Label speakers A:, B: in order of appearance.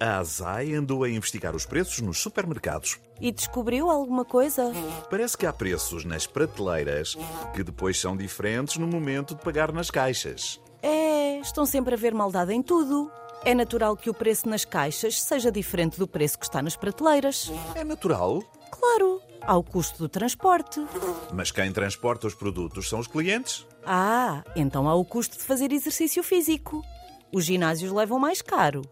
A: A ASAI andou a investigar os preços nos supermercados.
B: E descobriu alguma coisa?
A: Parece que há preços nas prateleiras que depois são diferentes no momento de pagar nas caixas.
B: É, estão sempre a ver maldade em tudo. É natural que o preço nas caixas seja diferente do preço que está nas prateleiras.
A: É natural,
B: Claro, ao custo do transporte.
A: mas quem transporta os produtos são os clientes.
B: Ah, então há o custo de fazer exercício físico. Os ginásios levam mais caro.